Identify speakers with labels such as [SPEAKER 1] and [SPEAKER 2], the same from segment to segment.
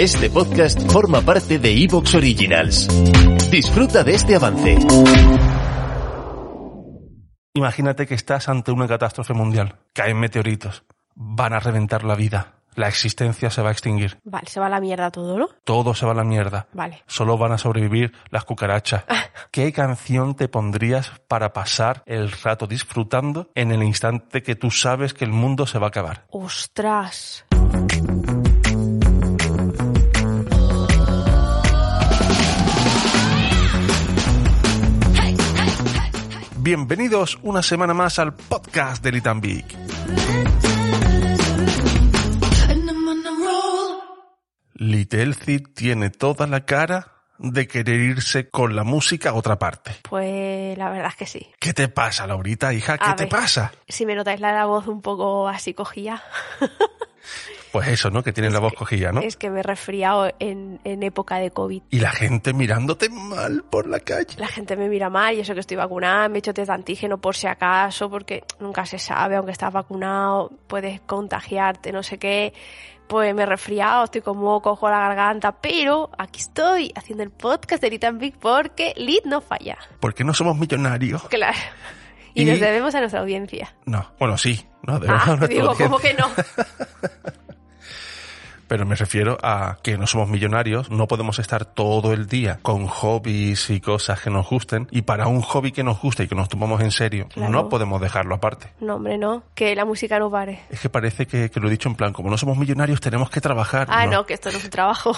[SPEAKER 1] Este podcast forma parte de Evox Originals. Disfruta de este avance.
[SPEAKER 2] Imagínate que estás ante una catástrofe mundial. Caen meteoritos. Van a reventar la vida. La existencia se va a extinguir.
[SPEAKER 3] Vale, se va a la mierda todo, ¿no?
[SPEAKER 2] Todo se va a la mierda.
[SPEAKER 3] Vale.
[SPEAKER 2] Solo van a sobrevivir las cucarachas. ¿Qué canción te pondrías para pasar el rato disfrutando en el instante que tú sabes que el mundo se va a acabar?
[SPEAKER 3] Ostras.
[SPEAKER 2] Bienvenidos una semana más al podcast de Litambic. Little tiene toda la cara de querer irse con la música a otra parte.
[SPEAKER 3] Pues la verdad es que sí.
[SPEAKER 2] ¿Qué te pasa, Laurita, hija? ¿Qué
[SPEAKER 3] A
[SPEAKER 2] te
[SPEAKER 3] ver.
[SPEAKER 2] pasa?
[SPEAKER 3] Si me notáis la voz un poco así cogía,
[SPEAKER 2] Pues eso, ¿no? Que tienes la voz cogida, ¿no?
[SPEAKER 3] es que me he resfriado en, en época de COVID.
[SPEAKER 2] Y la gente mirándote mal por la calle.
[SPEAKER 3] La gente me mira mal y eso que estoy vacunada, me he hecho test de antígeno por si acaso, porque nunca se sabe, aunque estás vacunado, puedes contagiarte, no sé qué. Pues me he resfriado, estoy con moco, cojo la garganta, pero aquí estoy haciendo el podcast de Lit and Big porque Lit no falla.
[SPEAKER 2] ¿Por qué no somos millonarios?
[SPEAKER 3] Claro.
[SPEAKER 2] Y-
[SPEAKER 3] Y, nos debemos a nuestra audiencia.
[SPEAKER 2] No, bueno, sí, no, de verdad,
[SPEAKER 3] Ah,
[SPEAKER 2] no es
[SPEAKER 3] digo,
[SPEAKER 2] todo bien.
[SPEAKER 3] ¿cómo que no?
[SPEAKER 2] Pero me refiero a que no somos millonarios, no podemos estar todo el día con hobbies y cosas que nos gusten. Y para un hobby que nos guste y que nos tomamos en serio,
[SPEAKER 3] Claro.
[SPEAKER 2] no podemos dejarlo aparte.
[SPEAKER 3] No, hombre, no. Que la música no pare.
[SPEAKER 2] Es que parece que, que lo he dicho en plan, como no somos millonarios, tenemos que trabajar.
[SPEAKER 3] Ah, no, que esto no es un trabajo.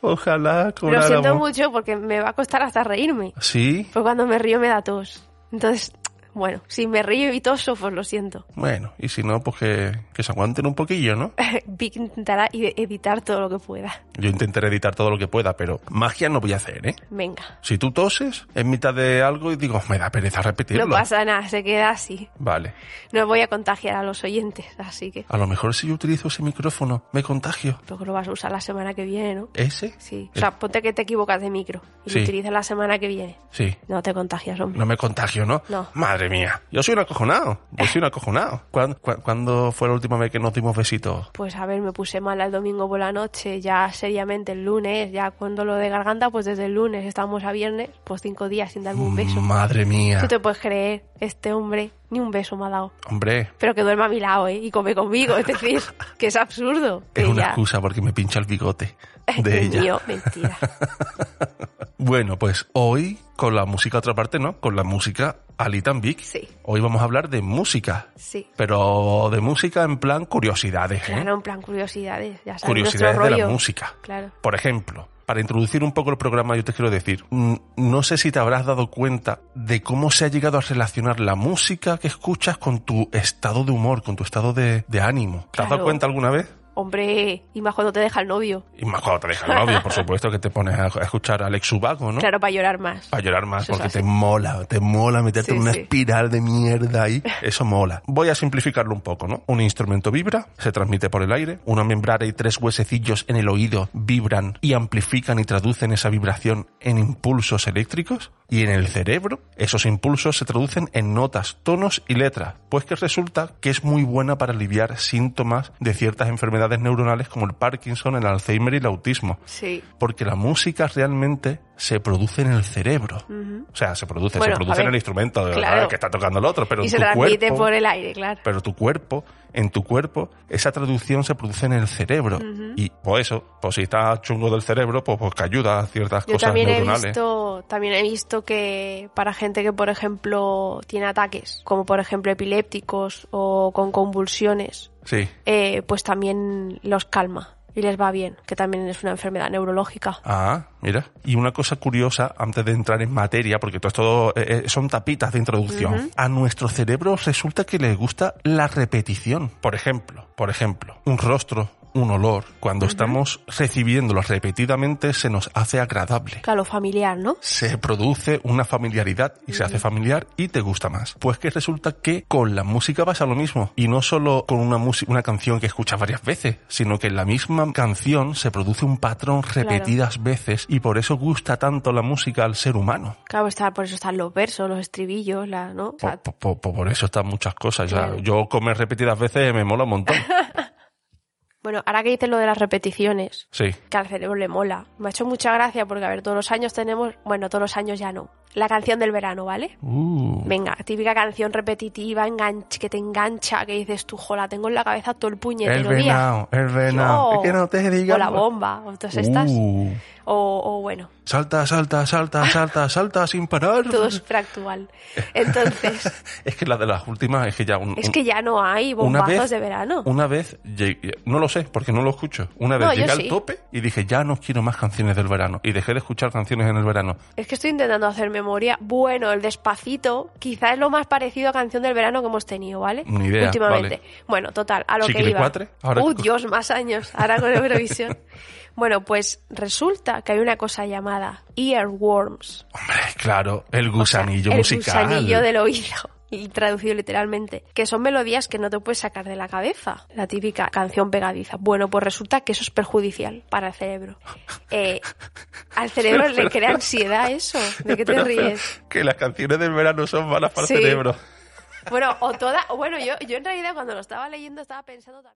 [SPEAKER 2] Ojalá
[SPEAKER 3] Lo siento
[SPEAKER 2] cobráramos.
[SPEAKER 3] mucho porque me va a costar hasta reírme.
[SPEAKER 2] Sí,
[SPEAKER 3] Pues cuando me río me da tos. Entonces, bueno, si me río y toso, pues lo siento.
[SPEAKER 2] bueno, y si no, pues que, que se aguanten un poquillo, ¿no?
[SPEAKER 3] Vic intentará i- editar todo lo que pueda.
[SPEAKER 2] Yo intentaré editar todo lo que pueda, pero magia no voy a hacer, ¿eh?
[SPEAKER 3] Venga.
[SPEAKER 2] Si tú toses en mitad de algo y digo, me da pereza repetirlo.
[SPEAKER 3] No pasa nada, se queda así.
[SPEAKER 2] Vale.
[SPEAKER 3] No voy a contagiar a los oyentes, así que
[SPEAKER 2] A lo mejor si yo utilizo ese micrófono, me contagio.
[SPEAKER 3] porque lo vas a usar la semana que viene, ¿no?
[SPEAKER 2] ¿Ese? Eh,
[SPEAKER 3] Sí. O sea, ponte que te equivocas de micro y
[SPEAKER 2] Sí.
[SPEAKER 3] lo utilizas la semana que viene.
[SPEAKER 2] Sí.
[SPEAKER 3] No te contagias, hombre.
[SPEAKER 2] No me contagio, ¿no?
[SPEAKER 3] No.
[SPEAKER 2] Madre mía. Yo soy un acojonado. Yo soy un acojonado. ¿Cuándo, cua- cuándo fue la última vez que nos dimos besitos?
[SPEAKER 3] Pues a ver, me puse mala el domingo por la noche, ya seriamente el lunes, ya con dolor de garganta, pues desde el lunes estamos a viernes, pues cinco días sin darme un beso.
[SPEAKER 2] Madre mía.
[SPEAKER 3] Si te puedes creer, este hombre ni un beso me ha dado.
[SPEAKER 2] Hombre,
[SPEAKER 3] Pero que duerma a mi lado, ¿eh? Y come conmigo, es decir, que es absurdo.
[SPEAKER 2] es
[SPEAKER 3] que
[SPEAKER 2] una
[SPEAKER 3] ya-
[SPEAKER 2] excusa porque me pincha el bigote de
[SPEAKER 3] Dios
[SPEAKER 2] ella.
[SPEAKER 3] mío, mentira.
[SPEAKER 2] Bueno, pues hoy con la música a otra parte, ¿no? Con la música Alitan Vic.
[SPEAKER 3] Sí.
[SPEAKER 2] Hoy vamos a hablar de música.
[SPEAKER 3] Sí.
[SPEAKER 2] Pero de música en plan curiosidades, ¿eh?
[SPEAKER 3] Claro, en plan curiosidades, ya sabes.
[SPEAKER 2] curiosidades
[SPEAKER 3] nuestro
[SPEAKER 2] de la
[SPEAKER 3] rollo.
[SPEAKER 2] música.
[SPEAKER 3] Claro.
[SPEAKER 2] Por ejemplo, para introducir un poco el programa, yo te quiero decir, mm, no sé si te habrás dado cuenta de cómo se ha llegado a relacionar la música que escuchas con tu estado de humor, con tu estado de, de ánimo. ¿Te has dado
[SPEAKER 3] Claro.
[SPEAKER 2] cuenta alguna vez?
[SPEAKER 3] Hombre, y más cuando te deja el novio.
[SPEAKER 2] Y más cuando te deja el novio, por supuesto, que te pones a a escuchar a Alex Ubago, ¿no?
[SPEAKER 3] Claro, para llorar más.
[SPEAKER 2] Para llorar más,
[SPEAKER 3] Eso es
[SPEAKER 2] porque
[SPEAKER 3] así.
[SPEAKER 2] te mola, te mola meterte
[SPEAKER 3] Sí,
[SPEAKER 2] en una
[SPEAKER 3] sí.
[SPEAKER 2] espiral de mierda ahí. Eso mola. Voy a simplificarlo un poco, ¿no? Un instrumento vibra, se transmite por el aire, una membrana y tres huesecillos en el oído vibran y amplifican y traducen esa vibración en impulsos eléctricos. Y en el cerebro, esos impulsos se traducen en notas, tonos y letras, pues que resulta que es muy buena para aliviar síntomas de ciertas enfermedades neuronales como el Parkinson, el Alzheimer y el autismo.
[SPEAKER 3] Sí.
[SPEAKER 2] Porque la música realmente se produce en el cerebro.
[SPEAKER 3] Ujú.
[SPEAKER 2] O sea, se produce,
[SPEAKER 3] Bueno,
[SPEAKER 2] se produce
[SPEAKER 3] a
[SPEAKER 2] en el
[SPEAKER 3] ver.
[SPEAKER 2] instrumento de verdad,
[SPEAKER 3] Claro.
[SPEAKER 2] que está tocando el otro, pero
[SPEAKER 3] Y
[SPEAKER 2] en
[SPEAKER 3] se
[SPEAKER 2] tu
[SPEAKER 3] transmite
[SPEAKER 2] cuerpo,
[SPEAKER 3] por el aire, claro.
[SPEAKER 2] pero tu cuerpo, en tu cuerpo, esa traducción se produce en el cerebro. Y por eso, pues si estás chungo del cerebro, pues, pues que ayuda a ciertas
[SPEAKER 3] Yo
[SPEAKER 2] cosas
[SPEAKER 3] también he
[SPEAKER 2] neuronales.
[SPEAKER 3] visto, también he visto que para gente que por ejemplo tiene ataques, como por ejemplo epilépticos o con convulsiones,
[SPEAKER 2] Sí.
[SPEAKER 3] eh, pues también los calma y les va bien, que también es una enfermedad neurológica.
[SPEAKER 2] Ah, mira. Y una cosa curiosa, antes de entrar en materia, porque todo esto eh, eh, son tapitas de introducción. A nuestro cerebro resulta que le gusta la repetición. Por ejemplo, por ejemplo, un rostro, un olor, cuando estamos recibiéndolo repetidamente, se nos hace agradable.
[SPEAKER 3] Claro, familiar, ¿no?
[SPEAKER 2] Se eh, produce una familiaridad y se hace familiar y te gusta más. Pues que resulta que con la música pasa lo mismo. Y no solo con una, música- una canción que escuchas varias veces, sino que en la misma canción se produce un patrón repetidas veces y por eso gusta tanto la música al ser humano.
[SPEAKER 3] Claro, está, por eso están los versos, los estribillos, la, ¿no? O sea,
[SPEAKER 2] Por, por- por- por eso están muchas cosas. Ya,
[SPEAKER 3] Claro.
[SPEAKER 2] yo comer repetidas veces me mola un montón.
[SPEAKER 3] bueno, ahora que dices lo de las repeticiones,
[SPEAKER 2] Sí.
[SPEAKER 3] que al cerebro le mola. Me ha hecho mucha gracia porque, a ver, todos los años tenemos, bueno, todos los años ya no, la canción del verano, ¿vale?
[SPEAKER 2] Uh,
[SPEAKER 3] Venga, típica canción repetitiva, enganche, que te engancha, que dices tú, jo, la tengo en la cabeza todo el
[SPEAKER 2] el
[SPEAKER 3] puñetero día.
[SPEAKER 2] venado, el venado.
[SPEAKER 3] Yo.
[SPEAKER 2] Que no te diga
[SPEAKER 3] o la
[SPEAKER 2] más.
[SPEAKER 3] bomba, o todas estas.
[SPEAKER 2] Uh,
[SPEAKER 3] O, o bueno,
[SPEAKER 2] salta, salta, salta, salta, salta sin parar.
[SPEAKER 3] todo súper actual. Entonces,
[SPEAKER 2] Es que la de las últimas es que ya un-
[SPEAKER 3] es
[SPEAKER 2] un-
[SPEAKER 3] que ya no hay
[SPEAKER 2] una
[SPEAKER 3] bombazos
[SPEAKER 2] vez
[SPEAKER 3] de verano.
[SPEAKER 2] Una vez llegué- no lo sé porque no lo escucho. Una vez
[SPEAKER 3] No, yo
[SPEAKER 2] llegué al
[SPEAKER 3] sí.
[SPEAKER 2] tope y dije ya no quiero más canciones del verano y dejé de escuchar canciones en el verano.
[SPEAKER 3] Es que estoy intentando hacer memoria. Bueno, el despacito, quizás es lo más parecido a canción del verano que hemos tenido, ¿vale?
[SPEAKER 2] Ni idea,
[SPEAKER 3] Últimamente.
[SPEAKER 2] vale.
[SPEAKER 3] Bueno, total, a lo que iba.
[SPEAKER 2] Chiquilicuatre, ahora
[SPEAKER 3] ¡Uh,
[SPEAKER 2] que-
[SPEAKER 3] Dios, más años! Ahora con Eurovisión. bueno, pues resulta que hay una cosa llamada earworms.
[SPEAKER 2] Hombre, claro, el
[SPEAKER 3] O sea,
[SPEAKER 2] gusanillo
[SPEAKER 3] el
[SPEAKER 2] musical.
[SPEAKER 3] gusanillo del oído. Y traducido literalmente, que son melodías que no te puedes sacar de la cabeza. La típica canción pegadiza. Bueno, pues resulta que eso es perjudicial para el cerebro. Eh, al cerebro le crea ansiedad eso. ¿De qué te
[SPEAKER 2] Pero-
[SPEAKER 3] ríes?
[SPEAKER 2] Que las canciones del verano son malas para
[SPEAKER 3] Sí.
[SPEAKER 2] el cerebro.
[SPEAKER 3] Bueno, o toda, o bueno, yo, yo en realidad cuando lo estaba leyendo estaba pensando también.